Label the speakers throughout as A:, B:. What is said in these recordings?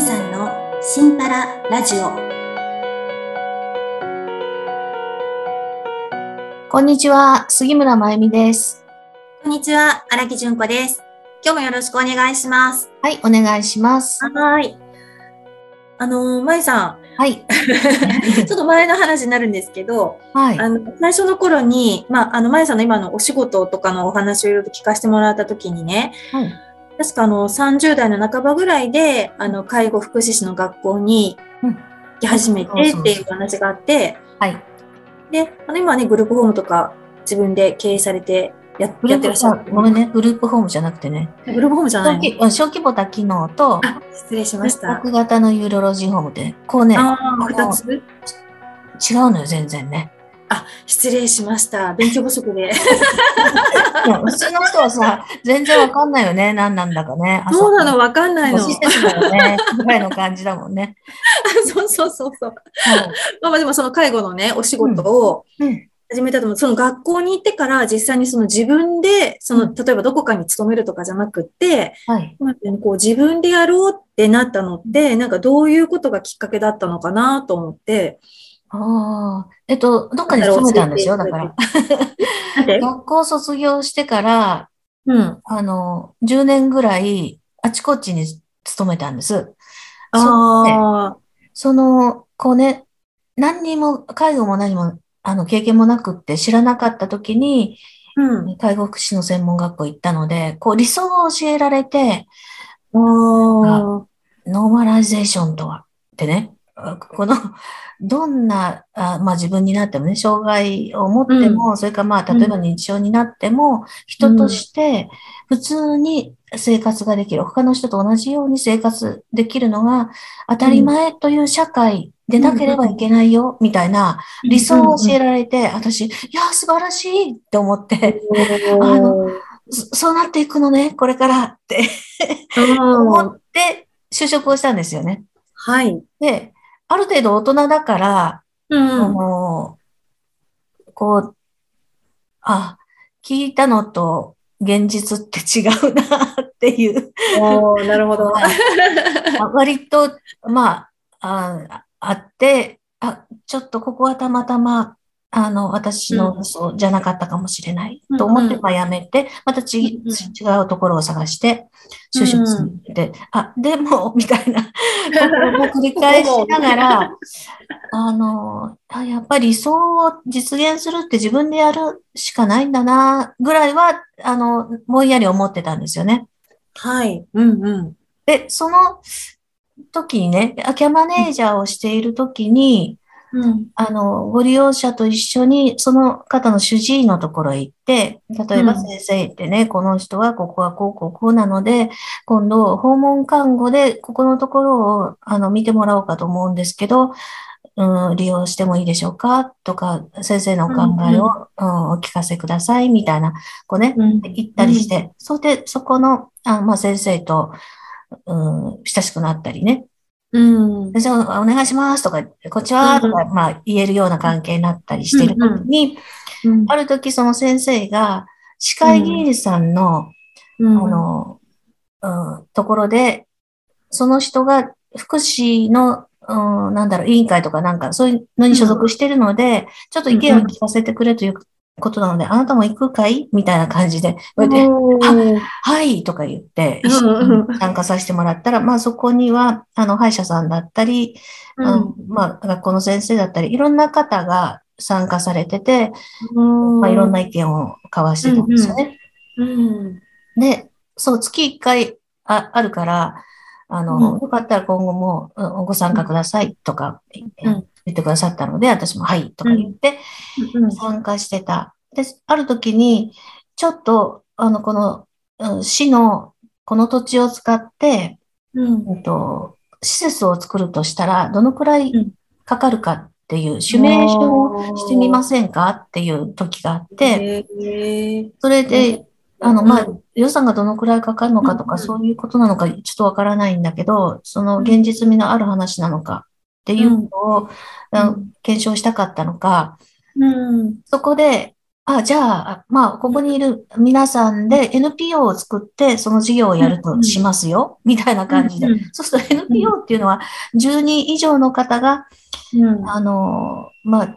A: さんのシンパララジオ。
B: こんにちは、杉村まゆみです。
A: こんにちは、荒木純子です。今日もよろしくお願いします。
B: はい、お願いします。
A: はい。あのー、まゆ さ
B: はい、
A: ん、ちょっと前の話になるんですけど、
B: はい、
A: あの最初の頃に、まあ、あの、まゆさんの今のお仕事とかのお話をいろいろ聞かせてもらった時にね、
B: はい、
A: 確かあの30代の半ばぐらいであの介護福祉士の学校に
B: うん
A: 行き始めて
B: そうそうそう
A: っていうお話があって、
B: はい
A: であの今はねグループホームとか自分で経営されてや
B: グ
A: や
B: ル
A: ってら
B: ー
A: っ
B: プ
A: しゃ
B: ホ
A: る
B: ーム、ごめんね、グループホームじゃなくてね、
A: グループホームじゃ
B: 小
A: ない
B: 規
A: の
B: あ小規模多機能と、
A: あ失礼しました
B: 僕型のユーロロジーホームで、こうね、
A: ああ2つ
B: 違うのよ、全然ね。
A: あ失礼しました勉強不足で
B: いやうちの人 はさ、全然わかんないよね、何なんだかね。 あ
A: そうなのわかんないの
B: システムだよね、ぐらいの感じだもんね。
A: そうそうそうそうまあまあでもその介護のねお仕事を、
B: うんうん
A: 始めたともその学校に行ってから実際にその自分でそうの
B: ん
A: 例えばどこかに勤めるとかじゃなくって、
B: はい。
A: 今みたいにこう自分でやろうってなったのってなんかどういうことがきっかけだったのかなと思って
B: ああ、えっと、どっかに勤めたんですよ、だから。
A: なんで
B: 学校卒業してから、
A: うん
B: あの、10年ぐらい、あちこちに勤めたんです。そう
A: ああ
B: その、こうね、何にも、介護も何も、あの、経験もなくって知らなかった時に、
A: うん
B: 介護福祉の専門学校行ったので、こう、理想を教えられて、
A: ああ
B: ノーマライゼーションとは、ってね、あこの、どんな、あ、まあ自分になってもね、障害を持っても、それからまあ、例えば認知症になっても、人として普通に生活ができる、他の人と同じように生活できるのが当たり前という社会でなければいけないよ、みたいな理想を教えられて、私、いや、素晴らしいって思って、あのそ そうなっていくのね、これからって思
A: の
B: って、就職をしたんですよね。
A: はい
B: で、ある程度大人だから、
A: う
B: あ
A: ん
B: の、こう、あ、聞いたのと現実って違うなっていう。
A: おーなるほど
B: あ割と、まあ、あ、あって、あ、ちょっとここはたまたま、あの、私の予想じゃなかったかもしれない
A: うん
B: と思って、
A: うん
B: まあやめて、またち、
A: うんうん
B: 違うところを探して、就職 する。で、あ、でも、みたい な、ことを繰り返しながら、あの、あやっぱり理想を実現するって自分でやるしかないんだな、ぐらいは、あの、ぼんやり思ってたんですよね。
A: はいうんうん
B: で、その時にね、空き家マネージャーをしている時に、
A: うん
B: あの、ご利用者と一緒に、その方の主治医のところへ行って、例え
A: う
B: ば
A: ん
B: 先生ってね、この人はここはこうこうこうなので、今度訪問看護でここのところをあの見てもらおうかと思うんですけど、うん、利用してもいいでしょうかとか、先生のお考えを、うん、お聞かせくださいみたいな、こうね、
A: うん
B: 行ったりして、それで、そこの、あまあ、先生と、うん、親しくなったりね、
A: うん
B: じゃあ、お願いしますとか、こんにちはとか、まあ、言えるような関係になったりしてる
A: うん
B: 時に、
A: うん
B: ある時、その先生が、市会議員さんの、
A: うん
B: あの、うん、ところで、その人が福祉の、うん、なんだろう、委員会とかなんか、そういうのに所属してるので、ちょっと意見を聞かせてくれということなので、あなたも行くかいみたいな感じで、
A: おー
B: はいとか言って、
A: うん
B: 一
A: うん
B: 緒に参加させてもらったら、まあそこには、あの、歯医者さんだったり、
A: うん
B: あのまあ学校の先生だったり、いろんな方が参加されてて、まあいろんな意見を交わしてたんですよね。
A: うん。
B: で、そう、月1回ああるから、あの、
A: うん
B: よかったら今後もうんご参加くださいとか言って
A: うん
B: 言ってくださったので、私もはいとか言って、参加してた。で、ある時に、ちょっと、あの、この、うん市の、この土地を使って、
A: うん。
B: うんと、施設を作るとしたら、どのくらい
A: うん
B: かかるかっていう、シミュレーションを
A: を。
B: してみますせんかっていう時があって、
A: へー、
B: それで、あの、まあ
A: うん、
B: 予算がどのくらいかかるのかと
A: うん
B: か、
A: うん
B: そういうことなのか、ちょっとわからないんだけど、その現実味のある話なのかっていうのを、あの検証したかったのか、
A: うん。
B: そこで、あ、じゃあ、まあ、ここにいる皆さんで NPO を作ってその事業をやるとしますよ、みたいな感じで
A: うんうん。
B: そうすると NPO っていうのは10人以上の方が、
A: うん
B: あの、まあ、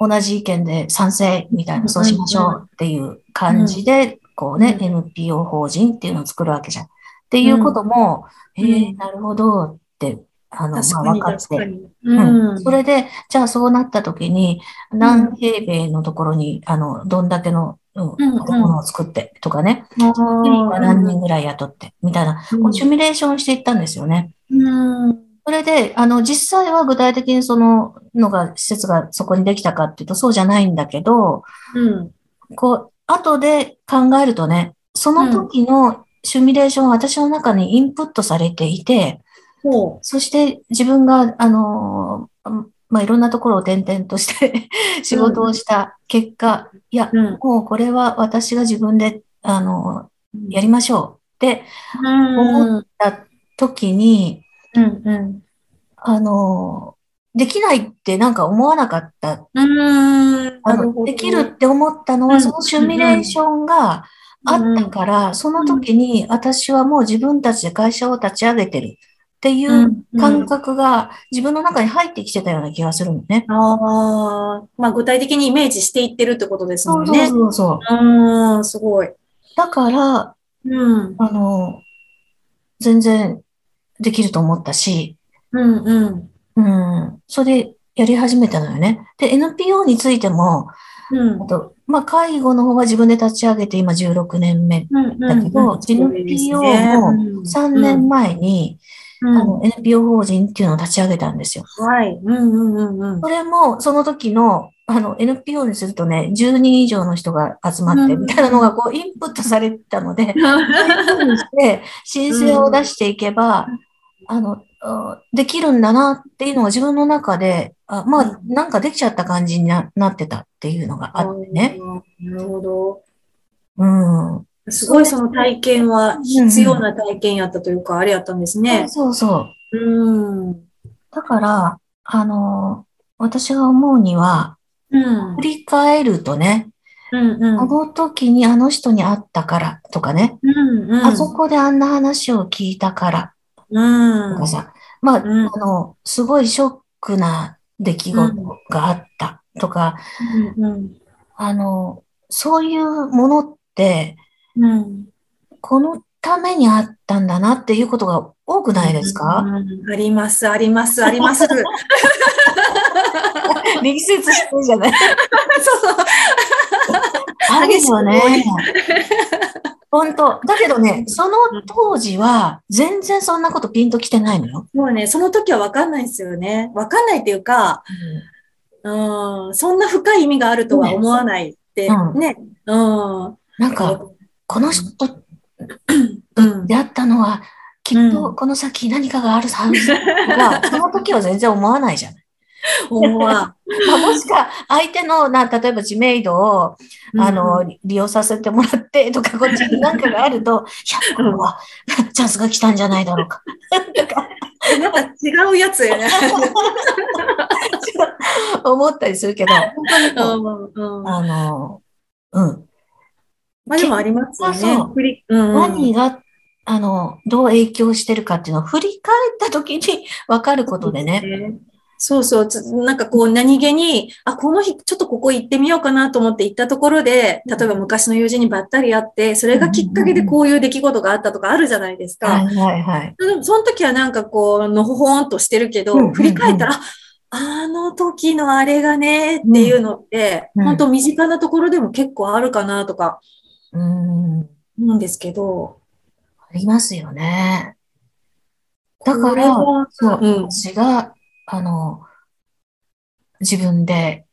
B: 同じ意見で賛成みたいな、そうしましょうっていう感じで、こうね、
A: う
B: NPO 法人っていうのを作るわけじゃん。っていうことも、
A: うん
B: えー、なるほどって、あの、まあ、
A: 確か
B: 分
A: に、
B: かっ
A: 確
B: て
A: か。に。うん。
B: それで、じゃあそうなった時に、何平米のところに、あの、どんだけの、うん、も
A: うん
B: のを作ってとかね、
A: あ
B: 1人は
A: ー
B: 何人ぐらい雇って、みたいな、こうシミュレーションしていったんですよね。
A: うん。うん
B: それで、あの、実際は具体的にそののが、施設がそこにできたかっていうと、そうじゃないんだけど、
A: うん。
B: こう、後で考えるとね、その時のシミュレーションは私の中にインプットされていて、
A: そ
B: そして自分が、あのーまあ、いろんなところを転々として 仕事をした結果、いや
A: う。、うん。
B: もうこれは私が自分で、あのーやりましょうって
A: うん。うん。
B: 時に、
A: うん。
B: あのーできないってなんか思わなかった。
A: うん。
B: あ
A: な
B: の
A: るほど。
B: できるって思ったの
A: う
B: は、
A: ん。
B: そのシミュレーションがあったから、その時に私はもう自分たちで会社を立ち上げてるっていううん感覚が自分の中に入ってきてたような気がするのね。
A: ああ、まあ具体的にイメージしていってるってことですも
B: そうんそう
A: ね。
B: そうそう。
A: うーん、すごい。
B: だから、
A: うん、
B: あの、全然できると思ったし、
A: うん、うん、
B: うん、それでやり始めたのよね。で、NPO についても、
A: うん
B: あ、と、まあ、介護の方は自分で立ち上げて今16年目。
A: うん、
B: だけど、NPO も3年
A: 前、
B: 前に、
A: うん
B: あの NPO 法人っていうのを立ち上げたんですよ。
A: はい、うん、うん、うん、うん
B: そ。れも、その時の、あの、NPO にするとね、10人以上の人が集まって、
A: うん
B: みたいなのがこう、インプットされてたので、で、申請を出していけば、あの、あできるんだなっていうのが自分の中で、あまあ、なんかできちゃった感じにななってたっていうのがあってね。
A: あー。なるほど。
B: うん。
A: すごいその体験は必要な体験やったというか、あれやったんですね。
B: そうそう。
A: うん、うん、
B: だから、あの、私が思うには、
A: うん
B: 振、り返るとね、
A: うん
B: あ。の時にあの人に会ったからとかね、
A: うん、うん。
B: あそこであんな話を聞いたから
A: うん
B: とかさ、まあ、
A: うん
B: あの、すごいショックな出来事があったとか、
A: うん、
B: あの、そういうものって、
A: うん。
B: このためにあったんだなっていうことが多くないです
A: う
B: か
A: んあります、あります、あり ます。そう
B: 力説してるじゃない
A: そう。
B: あるよ
A: 激
B: ね。本当。だけどね、その当時は全然そんなことピンときてないのよ。
A: もうね、その時は分かんないですよね。分かんないっていうか、うん、そんな深い意味があるとは思わないって、
B: うん
A: ね、うん。
B: なんか、この人と
A: うん。
B: 出会ったのは、きっ
A: う
B: と
A: ん
B: この先何かがあるはず とか、その時は全然思わないじゃない。
A: 思わ
B: まあ、もしか、相手のな、例えば知名度を、
A: ん
B: あの、、利利用させてもらってとか、こっちになんかがあ ると、いや、これはチャンスが来たんじゃないだろうか。とか、
A: なんか違うやつやね。
B: 思ったりするけど、本
A: う
B: 当に、
A: んうん
B: あの、うん。
A: まあでもありますよ
B: そうそう
A: ね。振りうん
B: 何が、あの、どう影響してるかっていうのを振り返った時に分かることでね。
A: そうそうつ。なんかこう何気に、あ、この日ちょっとここ行ってみようかなと思って行ったところで、例えば昔の友人にばったり会って、それがきっかけでこういう出来事があったとかあるじゃないですか。
B: はいはいはい。
A: うんその時はなんかこう、のほほんとしてるけど、
B: うんうんうん
A: 振り返ったら、ああの時のあれがねっていうのって、
B: うん
A: 本当身近なところでも結構あるかなとか
B: うん。
A: 思うんですけど、
B: ありますよね。だか
A: これ
B: ら、
A: は
B: そう、
A: うん
B: 私が、あの、自分で、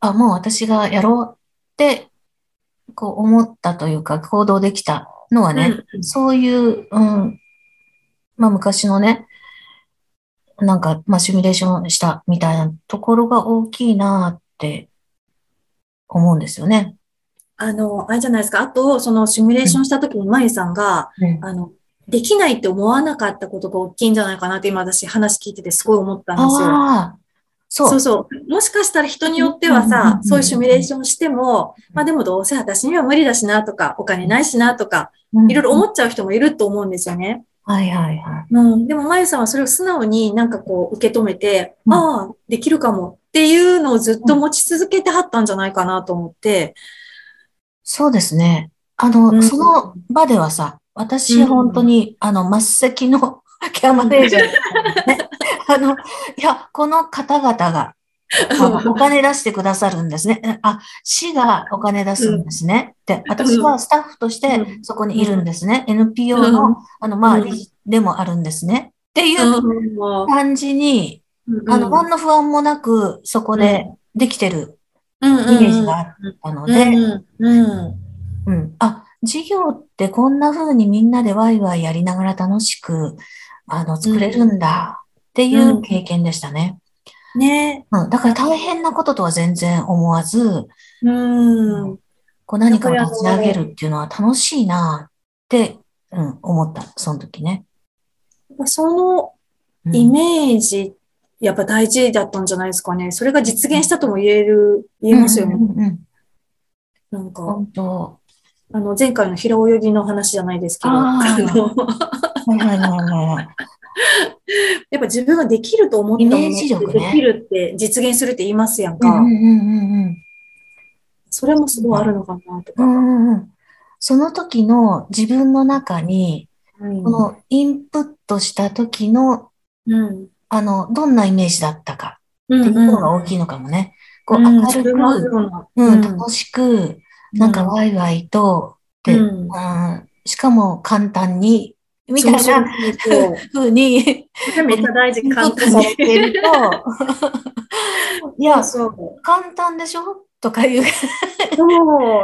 B: あ、もう私がやろうって、こう思ったというか、行動できたのはね、
A: うん
B: そういう、うん、まあ昔のね、なんか、まあシミュレーションしたみたいなところが大きいなって思うんですよね。
A: あの、あれじゃないですか。あと、そのシミュレーションした時にまゆさんが、
B: うん
A: あの、できないって思わなかったことが大きいんじゃないかなって今私話聞いててすごい思ったんですよ。
B: ああ、そう
A: そうそう。もしかしたら人によっては
B: うんうんうん
A: さ
B: う、ん
A: そういうシミュレーションしても、まあでもどうせ私には無理だしなとか、お金ないしなとか、
B: うん
A: いろいろ思っちゃう人もいると思うんですよね。
B: はいはいはい。
A: うん。でも、まゆさんはそれを素直になんかこう受け止めて、
B: うん
A: ああ、できるかもっていうのをずっと持ち続けてはったんじゃないかなと思って。
B: そうですね。あの、
A: うん
B: その場ではさ、私
A: うん
B: 本当に、あの、末席の ケアマネ ージャーだったのね、あの、いや、この方々が、あのお金出してくださるんですね。えあ、市がお金出すんですね。で、私はスタッフとし て
A: う
B: そこにいるんですね。NPO
A: うん
B: の、あの、まあ、
A: うん。
B: 理事でもあるんですね。っていううん
A: も
B: 感じに、
A: ううん
B: あの、何の不安もなく、そこでできてる
A: うん
B: イ
A: うん
B: メージがあったので、
A: うんうん。
B: うん。あ、授業ってこんな風にみんなでワイワイやりながら楽しく、あの、作れるんだってい
A: うん
B: う経験でしたね。
A: ね。
B: うん。だから大変なこととは全然思わず、
A: うん。
B: こう何かを
A: やっぱり
B: 立ち上げるっていうのは楽しいなって、うん、思った。その時ね。
A: その
B: うん
A: イメージ、やっぱ大事だったんじゃないですかね。それが実現したとも言える、言えますよね
B: う。んうんうんうん
A: なんか、
B: 本当。
A: あの、前回の平泳ぎの話じゃないですけど、
B: あ
A: あ
B: ー
A: の、
B: はいはいはいはいはい。
A: やっぱ自分ができると思ったもの
B: イメージ力ね
A: できるって、実現するって言いますやん
B: うん
A: か。
B: うんうんうんうん。
A: それもすごいあるのかなと
B: う
A: か。
B: んうんうん。その時の自分の中に、
A: うん
B: このインプットした時の、
A: うん。
B: あの、どんなイメージだったか
A: うん
B: っていう
A: うん
B: のが大きいのかもね。こう、
A: うん
B: 明
A: そ
B: る
A: れもあるよ
B: く、
A: うな
B: う、
A: うんん
B: 楽しく、なんかワイワイと、で、
A: う
B: うんん、しかも簡単に、みたい
A: そう
B: な
A: そう そう
B: 風に、
A: それめっちゃ大事、
B: インプ
A: 簡
B: ット
A: 単
B: され
A: に。
B: てると、いや、
A: そう。
B: 簡単でしょとかいう
A: そう、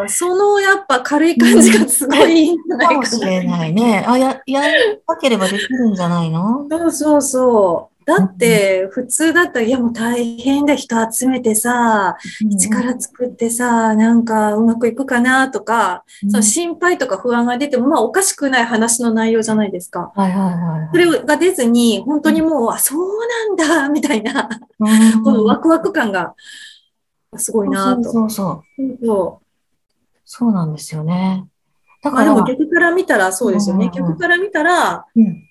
A: そのやっぱ軽い感じがすごいいいんじゃない
B: か
A: か
B: も
A: な。
B: しれないね。あ、や、やらなければできるんじゃないの
A: そうそうそう。だって、普通だったら、いやもう大変だ、人集めてさ、一から作ってさ、なんかうまくいくかなとか、
B: うん
A: その心配とか不安が出ても、まあおかしくない話の内容じゃないですか。
B: はいはいはいはい。
A: それが出ずに、本当にもう、あ、そうなんだ、みたいな、
B: うん
A: このワクワク感が、すごいなと。
B: そうそうそう。
A: そう
B: そうなんですよね。だ
A: まあ
B: か
A: で
B: ら、
A: も逆から見たらそうですよ
B: う
A: ね。
B: ん
A: 逆から見たら、
B: うん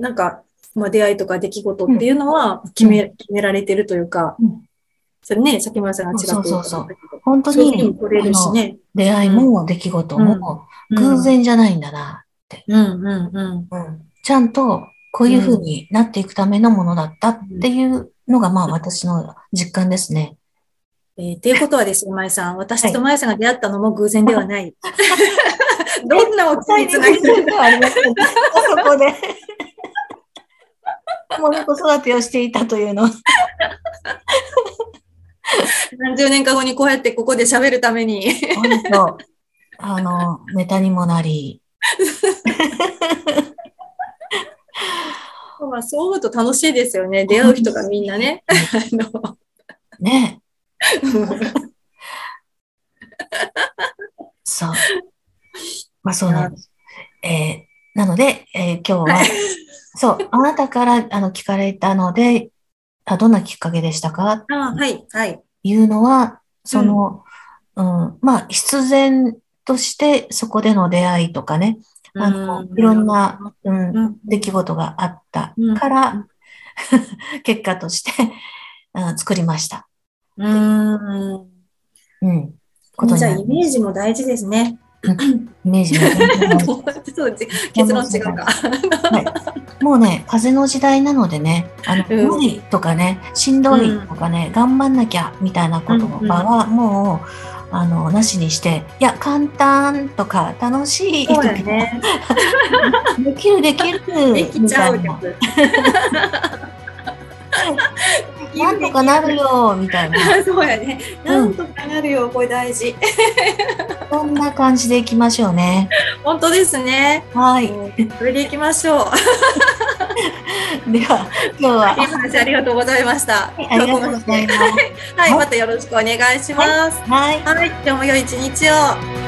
A: なんか、まあ、出会いとか出来事っていうのは決め,、決められてるというか、
B: うん
A: それね、先村さんが違って言ったんだけど
B: 本当
A: そういうふうに
B: に
A: も取れるしね。
B: あの出会いも出来事も偶然じゃないんだな。
A: うんうんうん。
B: うんちゃんとこういうふうになっていくためのものだったっていうのが、まあ私の実感ですね。
A: えーっていうことはですね、まえさん。私
B: は
A: とまえさんが出会ったのも偶然では ない。どんなおつにつな
B: 偶
A: げて
B: 然ではありませ ん。そこで。もう子育てをしていたというのは。
A: 何十年か後にこうやってここで喋るため に。
B: 本 当、あの、ネタにもなり。
A: まあ、そう思うと楽しいですよね。出会う人がみんなね。 あの
B: ね。 そう。まあそうなんです。えーなので、えー今日 は、そう、あなたからあの聞かれたので、あ、どんなきっかけでしたかっ
A: あはい、はい。
B: ていうのは、その、うん、まあ必然としてそこでの出会いとかね、あの、
A: うん
B: いろんな、うん、
A: うん
B: 出来事があった
A: うん
B: から、 結果として、うん作りました。
A: うん。
B: うん。ことに
A: じゃあ、
B: なる
A: イメージも大事ですね。
B: イメージが
A: どうやってそうじ結論違うか。
B: はい、もうね、風の時代なのでね、あの、
A: うん
B: 無理とかね、しんどいとかね、頑張んなきゃみたいな言葉はもう、あの、なしにして、いや、簡単とか、楽しいと
A: そ
B: か、
A: うやね。
B: できるできる
A: でき
B: み
A: ちゃ
B: た
A: う
B: い
A: け
B: な、
A: ど。
B: なんとかなるよみたいな、
A: そうやね。なんとかなるよ、これ大事。
B: そんな感じでいきましょうね。
A: 本当ですね。
B: はい。
A: それでいきましょう。
B: では、今日は、
A: いい話ありがとうございました。
B: ありがとうございます。
A: はい、またよろしくお願いします。
B: はい。
A: はい、今日も良い一日を。